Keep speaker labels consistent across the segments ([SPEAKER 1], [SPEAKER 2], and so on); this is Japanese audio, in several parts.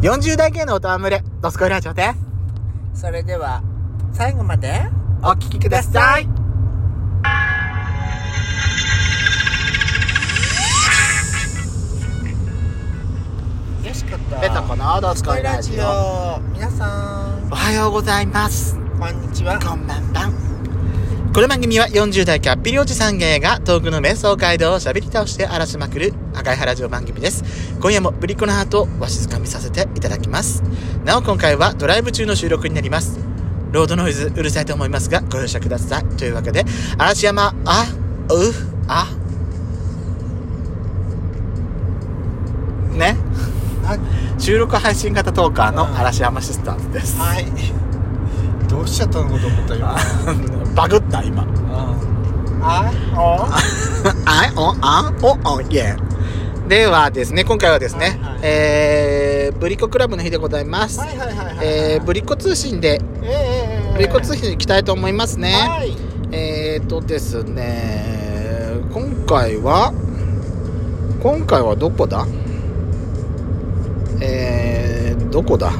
[SPEAKER 1] 40代系の音は群れ、ドスコイラジオです。
[SPEAKER 2] それでは最後まで
[SPEAKER 1] お聞きください。
[SPEAKER 2] よしこと
[SPEAKER 1] ペトコのドスコ
[SPEAKER 2] 恋
[SPEAKER 1] イラ
[SPEAKER 2] ラ
[SPEAKER 1] ジ
[SPEAKER 2] ジ
[SPEAKER 1] オ。
[SPEAKER 2] オ皆さん
[SPEAKER 1] おはようございます。
[SPEAKER 2] こんにちは
[SPEAKER 1] こんばんばん。この番組は40代キャッピリおじさん芸が遠くの瞑想街道を喋り倒して荒らしまくる赤い原城番組です。今夜もぶりっ子のハートをわしづかみさせていただきます。なお今回はドライブ中の収録になります。ロードノイズうるさいと思いますがご容赦ください。というわけで、嵐山、あ、う、あ。ね。
[SPEAKER 2] あ
[SPEAKER 1] 収録配信型トーカーの嵐山シスターズです。
[SPEAKER 2] はいどうしちゃったのかと思ったよ
[SPEAKER 1] バグった今。
[SPEAKER 2] ああ
[SPEAKER 1] あいおんあんおんおんいえではですね今回はですね、
[SPEAKER 2] はいはい
[SPEAKER 1] えー、ブリコクラブの日でございます、
[SPEAKER 2] はいはいはいはい
[SPEAKER 1] えー、ブリコ通信で
[SPEAKER 2] えええ
[SPEAKER 1] ブリコ通信に行きたいと思いますね、
[SPEAKER 2] はい
[SPEAKER 1] えーとですね今回は今回はどこだえー、どこだ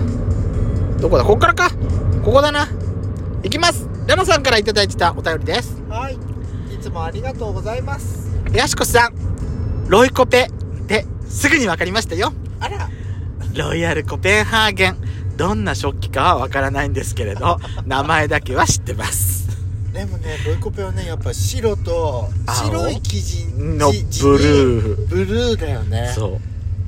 [SPEAKER 1] どこだこっからかここだな行きますラナさんからいただいてたお便りです
[SPEAKER 2] はいいつもありがとうございます
[SPEAKER 1] やしこさん、ロイコペですぐに分かりましたよ。
[SPEAKER 2] あら
[SPEAKER 1] ロイヤルコペンハーゲン。どんな食器かは分からないんですけれ ど、名前だけは知ってます。
[SPEAKER 2] でもねロイコペはねやっぱ白と
[SPEAKER 1] 青
[SPEAKER 2] 白い生地
[SPEAKER 1] の
[SPEAKER 2] 地地
[SPEAKER 1] ブルー。
[SPEAKER 2] ブルーだよね
[SPEAKER 1] そ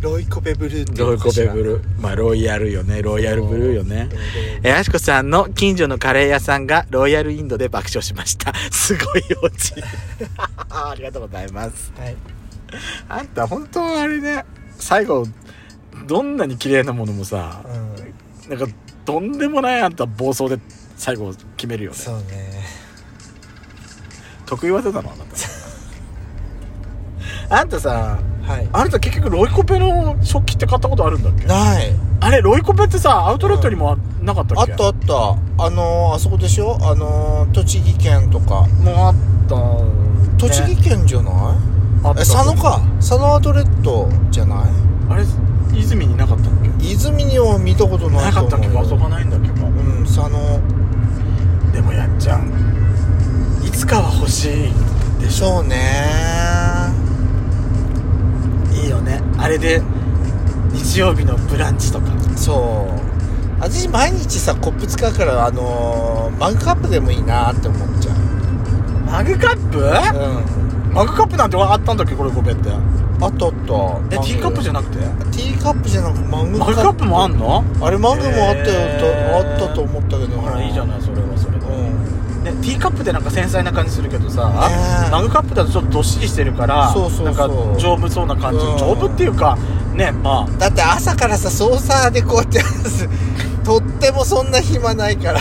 [SPEAKER 2] ロイコペブルーって
[SPEAKER 1] う。
[SPEAKER 2] いう
[SPEAKER 1] ロイ
[SPEAKER 2] のか
[SPEAKER 1] コ
[SPEAKER 2] し
[SPEAKER 1] ペ
[SPEAKER 2] ら
[SPEAKER 1] ブルー。まあ、ロイヤルよね。ロイヤルブルーよね
[SPEAKER 2] そう。
[SPEAKER 1] え、あしこさんの近所のカレー屋さんがロイヤルインドで爆笑しました。 すごい幼稚。 ありがとうございます。
[SPEAKER 2] はい
[SPEAKER 1] あんた本当あれね、最後、どんなに綺麗なものもさ、
[SPEAKER 2] うん
[SPEAKER 1] なんかとんでもないあんた暴走で最後決めるよね
[SPEAKER 2] そうね
[SPEAKER 1] 得意技だなあなた あんたさ
[SPEAKER 2] はい
[SPEAKER 1] あなた結局ロイコペの食器って買ったことあるんだっけ
[SPEAKER 2] ない
[SPEAKER 1] あれロイコペってさアウトレットにもあなかった
[SPEAKER 2] あ
[SPEAKER 1] っ
[SPEAKER 2] っ
[SPEAKER 1] け
[SPEAKER 2] たあったあのーあそこでしょあのー栃木県とか
[SPEAKER 1] もうあった
[SPEAKER 2] 栃木
[SPEAKER 1] ね
[SPEAKER 2] 県じゃない、
[SPEAKER 1] あっ
[SPEAKER 2] え
[SPEAKER 1] た
[SPEAKER 2] 佐野か佐野アウトレットじゃな
[SPEAKER 1] あれ泉になかったっけ
[SPEAKER 2] い泉には見たことな
[SPEAKER 1] ない
[SPEAKER 2] と
[SPEAKER 1] かっ
[SPEAKER 2] 思う
[SPEAKER 1] たっけかあそこ
[SPEAKER 2] っ
[SPEAKER 1] ないんだっけか
[SPEAKER 2] たうん佐野
[SPEAKER 1] でもやっちゃんいつかは欲しい
[SPEAKER 2] でしょうね
[SPEAKER 1] いいよねあれで日曜日のブランチとか
[SPEAKER 2] そう私毎日さコップ使うからあのーマグカップでもいいなって思っちゃ
[SPEAKER 1] マグカップ
[SPEAKER 2] ううん
[SPEAKER 1] マグカップなんてあったんだっけこれごめんって
[SPEAKER 2] あったあった
[SPEAKER 1] えティーカップじゃ
[SPEAKER 2] な
[SPEAKER 1] なくて
[SPEAKER 2] くティーカップじゃなくマグ
[SPEAKER 1] マグカップもあんの
[SPEAKER 2] あれマグもあったよ、
[SPEAKER 1] へー
[SPEAKER 2] とあったと思ったけど
[SPEAKER 1] ほらいいじゃないそれはそれで、
[SPEAKER 2] うん
[SPEAKER 1] ねティーカップでなんか繊細な感じするけどさ、
[SPEAKER 2] ねえ
[SPEAKER 1] マグカップだとちょっとどっしりしてるから
[SPEAKER 2] そうそ
[SPEAKER 1] な
[SPEAKER 2] うそう
[SPEAKER 1] んか丈夫そうな感じ、
[SPEAKER 2] うん
[SPEAKER 1] 丈夫っていうかねま
[SPEAKER 2] だって朝からさソーサーでこうやってとってもそんな暇な いから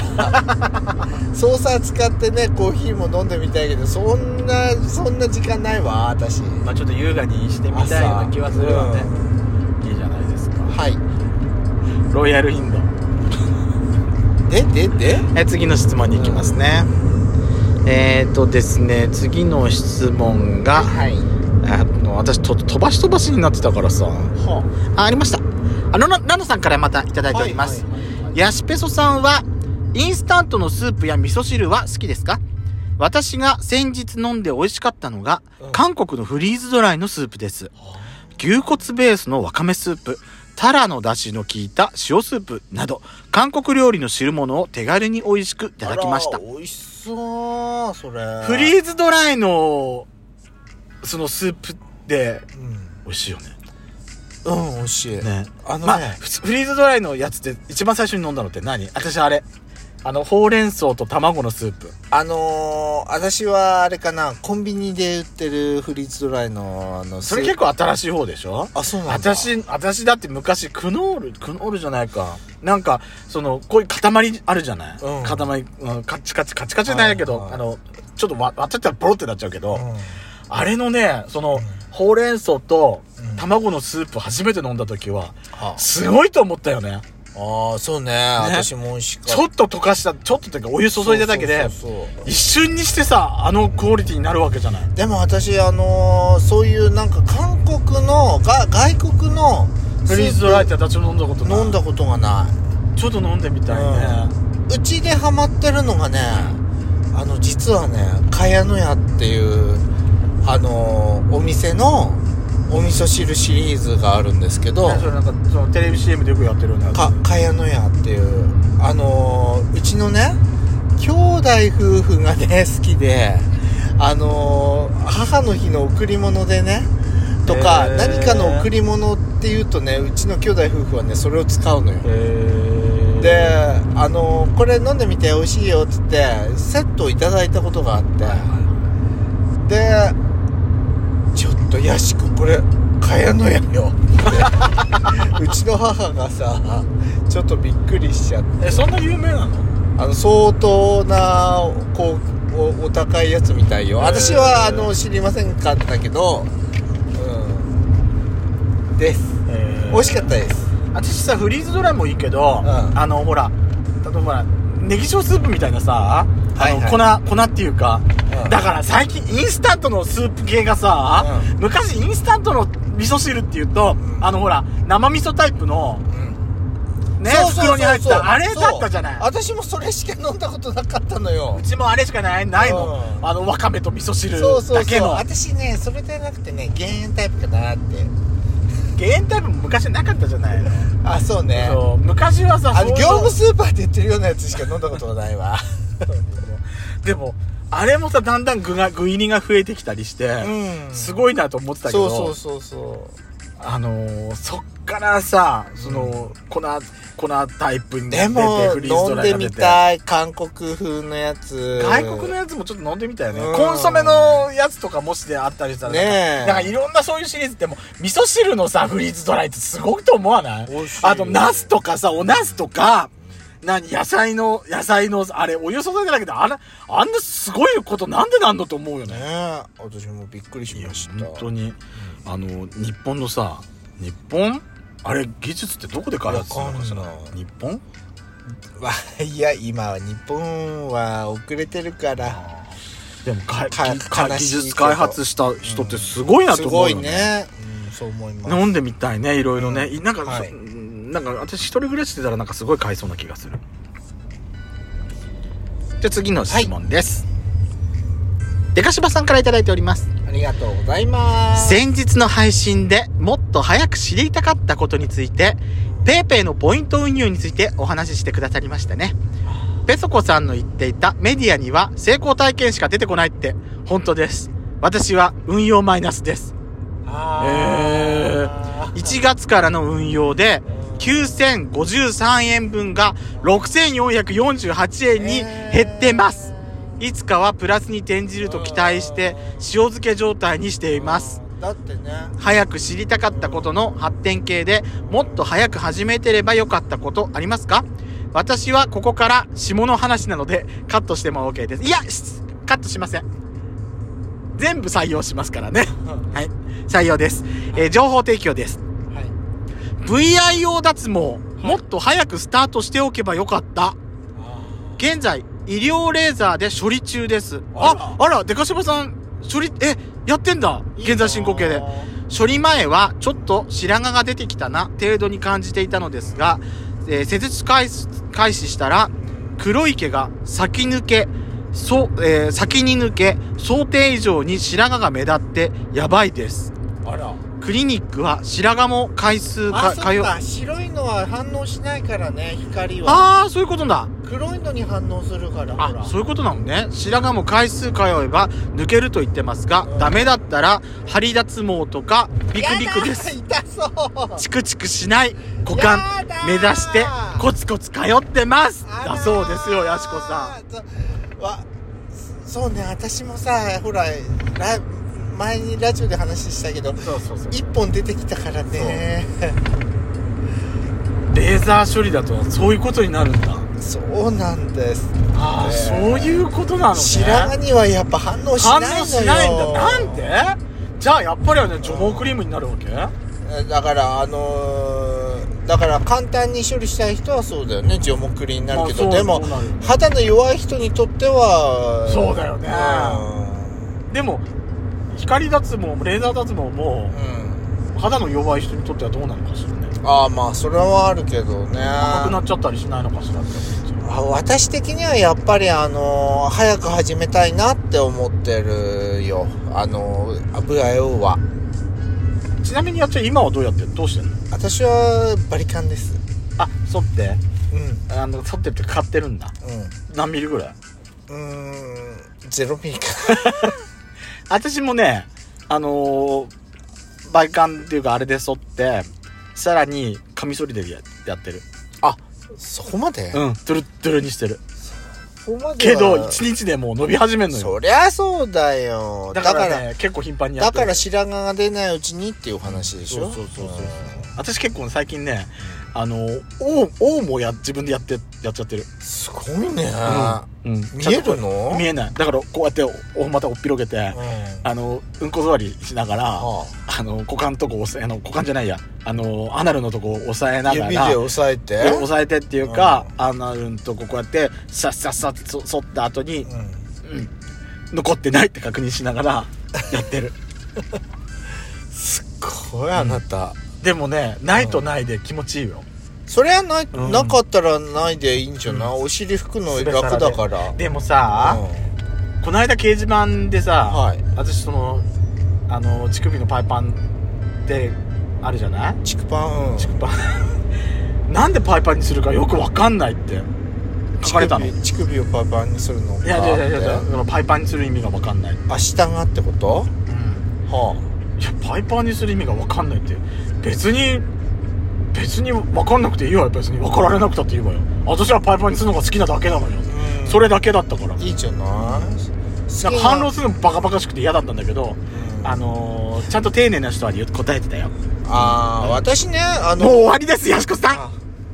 [SPEAKER 2] ソーサー使ってねコーヒーも飲んでみたいけどそんなそんな時間ないわ私
[SPEAKER 1] あ、まあ、ちょっと優雅にしてみたいような気はするわね、
[SPEAKER 2] 朝
[SPEAKER 1] いいじゃないですか
[SPEAKER 2] はい
[SPEAKER 1] ロイヤルインド
[SPEAKER 2] ででで
[SPEAKER 1] え次の質問に行きますね、えっ、ー、とですね次の質問が、
[SPEAKER 2] はい
[SPEAKER 1] あの私と飛ばし飛ばしになってたからさ
[SPEAKER 2] は
[SPEAKER 1] あありましたあのなナノさんからまたいただいております、ヤシペソさんはインスタントのスープや味噌汁は好きですか私が先日飲んで美味しかったのが、
[SPEAKER 2] うん
[SPEAKER 1] 韓国のフリーズドライのスープです牛骨ベースのわかめスープタラの出汁の効いた塩スープなど韓国料理の汁物を手軽に美味しくい
[SPEAKER 2] い
[SPEAKER 1] ただきました
[SPEAKER 2] 美味しそうそれ
[SPEAKER 1] フリーズドライのそのスープって
[SPEAKER 2] うん、
[SPEAKER 1] 美味しいよね
[SPEAKER 2] うん、美味しい、
[SPEAKER 1] ね
[SPEAKER 2] あのね、
[SPEAKER 1] まあ、ふつフリーズドライのやつって一番最初に飲んだのって何私あれあのほうれん草と卵のスープ
[SPEAKER 2] あのー、私はあれかなコンビニで売ってるフリーズドライのあの
[SPEAKER 1] それ結
[SPEAKER 2] 構
[SPEAKER 1] 構新しい方でしょ
[SPEAKER 2] あそうなんだ
[SPEAKER 1] 私、私だって昔、クノール、クノールじゃないか。なんか、その、こういう塊あるじゃない、
[SPEAKER 2] うん
[SPEAKER 1] 塊、うん、カチカチ、カチカチじゃないけど、
[SPEAKER 2] はいはい
[SPEAKER 1] あの、ちょっと割割っちゃったらボロってなっちゃうけど、
[SPEAKER 2] うん
[SPEAKER 1] あれのね、その、
[SPEAKER 2] ん
[SPEAKER 1] ほうれん草と
[SPEAKER 2] うん
[SPEAKER 1] 卵のスープ初めて飲んだ時は、
[SPEAKER 2] あ
[SPEAKER 1] すごいと思ったよね。
[SPEAKER 2] ああそうね私も美味しかった
[SPEAKER 1] ちょっと溶かした、ちょっとというかお湯注いだだけで、
[SPEAKER 2] そうそうそうそう
[SPEAKER 1] 一瞬にしてさ、あのクオリティになるわけじゃない
[SPEAKER 2] でも私あのーそういうなんか韓国のが外国の
[SPEAKER 1] フリーズドライって私も飲んだことない
[SPEAKER 2] 飲んだことがな
[SPEAKER 1] ちょっと飲んでみたいね、
[SPEAKER 2] いうちでハマってるのがねあの実はね茅野屋っていうあのお店のお味噌汁シリーズがあるんですけど
[SPEAKER 1] ねそれなんかそのテレビ CM でよくやってるようなやつ
[SPEAKER 2] か茅野屋っていうあのーうちのね兄弟夫婦がね好きであのー母の日の贈り物でねとか、
[SPEAKER 1] へー
[SPEAKER 2] 何かの贈り物っていうとねうちの兄弟夫婦はねそれを使うのよ
[SPEAKER 1] へー
[SPEAKER 2] であのーこれ飲んでみて美味しいよっつってセットをいただいたことがあって、でちょっとヤシ君これ茅野屋よ うちの母がさちょっとびっくりしちゃって
[SPEAKER 1] えそんな有名なの
[SPEAKER 2] あの相当なこうおお高いやつみたいよ
[SPEAKER 1] へー
[SPEAKER 2] 私はあの知りませんかったけどうんです美味しかったです
[SPEAKER 1] 私さフリーズドライもいいけど、
[SPEAKER 2] うん
[SPEAKER 1] あのほら例えばほらネギ塩スープみたいなさあの、
[SPEAKER 2] はい
[SPEAKER 1] 粉粉っていうか、
[SPEAKER 2] うん
[SPEAKER 1] だから最近インスタントのスープ系がさ、
[SPEAKER 2] う
[SPEAKER 1] 昔インスタントの味噌汁っていうと、
[SPEAKER 2] うん
[SPEAKER 1] あのほら生味噌タイプのね
[SPEAKER 2] そうそうそうそ
[SPEAKER 1] 袋
[SPEAKER 2] う
[SPEAKER 1] に入ったあれだったじゃない
[SPEAKER 2] そう私もそれしか飲んだことなかったのよ
[SPEAKER 1] うちもあれしかないないの、
[SPEAKER 2] うん
[SPEAKER 1] あのわかめと味噌汁
[SPEAKER 2] そうそう
[SPEAKER 1] だけ
[SPEAKER 2] そう
[SPEAKER 1] の
[SPEAKER 2] 私ねそれじゃなくてね減塩タイプかなって
[SPEAKER 1] 減塩タイプも昔なかったじゃないの
[SPEAKER 2] あそうね
[SPEAKER 1] そう昔はさ
[SPEAKER 2] あ
[SPEAKER 1] そう
[SPEAKER 2] の
[SPEAKER 1] いう
[SPEAKER 2] 業務スーパーって言ってるようなやつしか飲んだことがない わ
[SPEAKER 1] でもあれもさだんだん具が具入りが増えてきたりして、
[SPEAKER 2] うん
[SPEAKER 1] すごいなと思ってたけ
[SPEAKER 2] そ
[SPEAKER 1] ど
[SPEAKER 2] うそうそうそう
[SPEAKER 1] あのーそっからさその、粉粉タイプに出て
[SPEAKER 2] でも
[SPEAKER 1] フリーズド
[SPEAKER 2] 飲ん
[SPEAKER 1] ライ
[SPEAKER 2] で
[SPEAKER 1] が出
[SPEAKER 2] み
[SPEAKER 1] て
[SPEAKER 2] たい韓国風のやつ
[SPEAKER 1] 外国のやつもちょっと飲んでみたいね、
[SPEAKER 2] うん
[SPEAKER 1] コンソメのやつとかもしであったりしたらなんか
[SPEAKER 2] ね
[SPEAKER 1] な
[SPEAKER 2] え
[SPEAKER 1] んかいろんなそういうシリーズってもう味噌汁のさフリーズドライってすごいと思わない
[SPEAKER 2] 美味しい
[SPEAKER 1] あとナスとかさおナスとか何野菜の野菜のあれお湯注いでたけどあれあんなすごいことなんでなんのと思うよ
[SPEAKER 2] ね
[SPEAKER 1] ね
[SPEAKER 2] え私もびっくりしました
[SPEAKER 1] 本当にあの日本のさ日本あれ技術ってどこで開発するのかしら
[SPEAKER 2] わかんない
[SPEAKER 1] 日本
[SPEAKER 2] わ いや今は日本は遅れてるから
[SPEAKER 1] でもか
[SPEAKER 2] か
[SPEAKER 1] か
[SPEAKER 2] 悲
[SPEAKER 1] 技
[SPEAKER 2] しいけど
[SPEAKER 1] 術開発した人ってすごいな
[SPEAKER 2] す
[SPEAKER 1] と思
[SPEAKER 2] ご
[SPEAKER 1] う
[SPEAKER 2] い
[SPEAKER 1] よね
[SPEAKER 2] ね、うん、そう思います
[SPEAKER 1] 飲んでみたいねいろいろね、
[SPEAKER 2] う
[SPEAKER 1] なんか、
[SPEAKER 2] はい
[SPEAKER 1] そなんか私一人暮らししてたらなんかすごい買いそうな気がするじゃあ次の質問です、でかしばさんから頂いております
[SPEAKER 2] ありがとうございます
[SPEAKER 1] 先日の配信でもっと早く知りたかったことについてペイペイのポイント運用についてお話ししてくださりましたねペソコさんの言っていたメディアには成功体験しか出てこないって本当です私は運用マイナスです
[SPEAKER 2] あー
[SPEAKER 1] 1月からの運用で9053円分が6448円に減ってますいつかはプラスに転じると期待して塩漬け状態にしています
[SPEAKER 2] だってね
[SPEAKER 1] 早く知りたかったことの発展系でもっと早く始めてればよかったことありますか私はここから下の話なのでカットしても OK ですいやしカットしません全部採用しますからねはい採用です、えー情報提供です
[SPEAKER 2] はい
[SPEAKER 1] VIO 脱毛、もっと早くスタートしておけばよかった。現在、医療レーザーで処理中です。あ、あら、デカシバさん、処理、え、やってんだ。現在進行形で。処理前は、ちょっと白髪が出てきたな、程度に感じていたのですが、えー施術開始開始したら、黒い毛が先抜け、そう、えー先に抜け、想定以上に白髪が目立って、やばいです。
[SPEAKER 2] あら
[SPEAKER 1] クリニックは白髪も回数
[SPEAKER 2] あ
[SPEAKER 1] か、
[SPEAKER 2] そ
[SPEAKER 1] 通
[SPEAKER 2] っ
[SPEAKER 1] う。
[SPEAKER 2] か白いのは反応しないからね光は
[SPEAKER 1] ああそういうことだ
[SPEAKER 2] 黒いのに反応するからほ
[SPEAKER 1] あ
[SPEAKER 2] ら
[SPEAKER 1] そういうことなのね白髪も回数通えば抜けると言ってますが、
[SPEAKER 2] うん
[SPEAKER 1] ダメだったら針脱毛とかビクビクです
[SPEAKER 2] やだ痛そう
[SPEAKER 1] チクチクしない股間
[SPEAKER 2] やだー
[SPEAKER 1] 目指してコツコツ通ってます
[SPEAKER 2] あ
[SPEAKER 1] だ
[SPEAKER 2] らー
[SPEAKER 1] そうですよやしこさ
[SPEAKER 2] そわそうね私もさほらラ前にラジオで話したけど
[SPEAKER 1] んそうそうそう
[SPEAKER 2] 一本出てきたからね
[SPEAKER 1] レーザー処理だとそういうことになるんだ
[SPEAKER 2] そうなんです
[SPEAKER 1] ああ、
[SPEAKER 2] ね
[SPEAKER 1] そういうことなのね
[SPEAKER 2] 白髪にはやっぱ反応し
[SPEAKER 1] 反
[SPEAKER 2] な
[SPEAKER 1] 応
[SPEAKER 2] いのよ
[SPEAKER 1] しないんだなんでじゃあやっぱりはね除毛クリームになるわけ
[SPEAKER 2] えだからあのーだから簡単に処理したい人はそうだよね除木りになるけど、
[SPEAKER 1] まあそう
[SPEAKER 2] でも
[SPEAKER 1] そうなるよね
[SPEAKER 2] 肌の弱い人にとっては
[SPEAKER 1] そうだよね
[SPEAKER 2] う
[SPEAKER 1] でも光脱毛もレーザー脱毛も
[SPEAKER 2] んうん
[SPEAKER 1] 肌の弱い人にとってはどうなのかしらね
[SPEAKER 2] ああまあそれはあるけどね
[SPEAKER 1] 赤くなっちゃったりしないのかしらって思っちゃ
[SPEAKER 2] あ私的にはやっぱりあの早く始めたいなって思ってるよあの油絵は
[SPEAKER 1] うちなみにやっちゃん今はどうやってどうしてんの
[SPEAKER 2] 私はバリカンです
[SPEAKER 1] あ剃って
[SPEAKER 2] うん
[SPEAKER 1] あの剃ってって買ってるんだ何ミリぐらい
[SPEAKER 2] うんうーんゼロミリか
[SPEAKER 1] 私もねあのー、バイカンっていうかあれで剃ってさらにカミソリでややってる
[SPEAKER 2] そこま
[SPEAKER 1] う
[SPEAKER 2] で、
[SPEAKER 1] んドゥルッドゥルにしてる
[SPEAKER 2] そこまで
[SPEAKER 1] け
[SPEAKER 2] は
[SPEAKER 1] ど1日でもう伸び始めんのよ
[SPEAKER 2] そりゃそうだよ
[SPEAKER 1] だか,、
[SPEAKER 2] だからら
[SPEAKER 1] ね、結構頻繁にやっ
[SPEAKER 2] だ
[SPEAKER 1] てる
[SPEAKER 2] から白髪が出ないうちにっていう話でしょ、
[SPEAKER 1] うんそうそうそうそうん私結構最近ねあのー、王王もや自分でやってやっちゃってる
[SPEAKER 2] すごいね、
[SPEAKER 1] うん、
[SPEAKER 2] 見えるの
[SPEAKER 1] 見
[SPEAKER 2] え
[SPEAKER 1] えないだからこうやっておまたおっぴろげて、
[SPEAKER 2] うん
[SPEAKER 1] あのうんこ座りしながら、
[SPEAKER 2] あ
[SPEAKER 1] あの股間とこ押さえあの股間じゃないやあのアナルのとこ押さえ
[SPEAKER 2] あ
[SPEAKER 1] なが
[SPEAKER 2] 指で
[SPEAKER 1] ら
[SPEAKER 2] 押さえて
[SPEAKER 1] 押さえてっていうか、アナルのとここうやってさっさっさってそ剃った後に、
[SPEAKER 2] うん
[SPEAKER 1] うん残ってないって確認しながらやってる
[SPEAKER 2] すっごいあなた、
[SPEAKER 1] でもねないとないで気持ちいいよ、
[SPEAKER 2] それはない、
[SPEAKER 1] うん
[SPEAKER 2] なかったらないでいいんじゃない、お尻拭くの楽だから
[SPEAKER 1] でもさ、
[SPEAKER 2] うん
[SPEAKER 1] この間掲示板でさ、
[SPEAKER 2] はい
[SPEAKER 1] 私そのあの乳首のパイパンってあるじゃない
[SPEAKER 2] チクパン、うん、
[SPEAKER 1] チクパン なんでパイパンにするかよくわかんないって書かれたのい
[SPEAKER 2] 乳首乳首をパンパンにするのか
[SPEAKER 1] やいやいやいや
[SPEAKER 2] って
[SPEAKER 1] そのパイパンにする意味がわかんない、
[SPEAKER 2] あ下がってことはい
[SPEAKER 1] やパイパンにする意味がわかんないって別に別にわかんなくていいわよ別にわかられなくたって言えばよ私はパイパンにするのが好きなだけなのよ
[SPEAKER 2] あ、うん
[SPEAKER 1] それだけだったから
[SPEAKER 2] いいじゃない
[SPEAKER 1] な
[SPEAKER 2] 好
[SPEAKER 1] んか
[SPEAKER 2] きな
[SPEAKER 1] 反論するのバカバカしくて嫌だったんだけど、
[SPEAKER 2] うん
[SPEAKER 1] あのー、ちゃんと丁寧な人は言う答えてたよ
[SPEAKER 2] あー私ね
[SPEAKER 1] もう
[SPEAKER 2] あの
[SPEAKER 1] 終わりですやしこさん
[SPEAKER 2] あ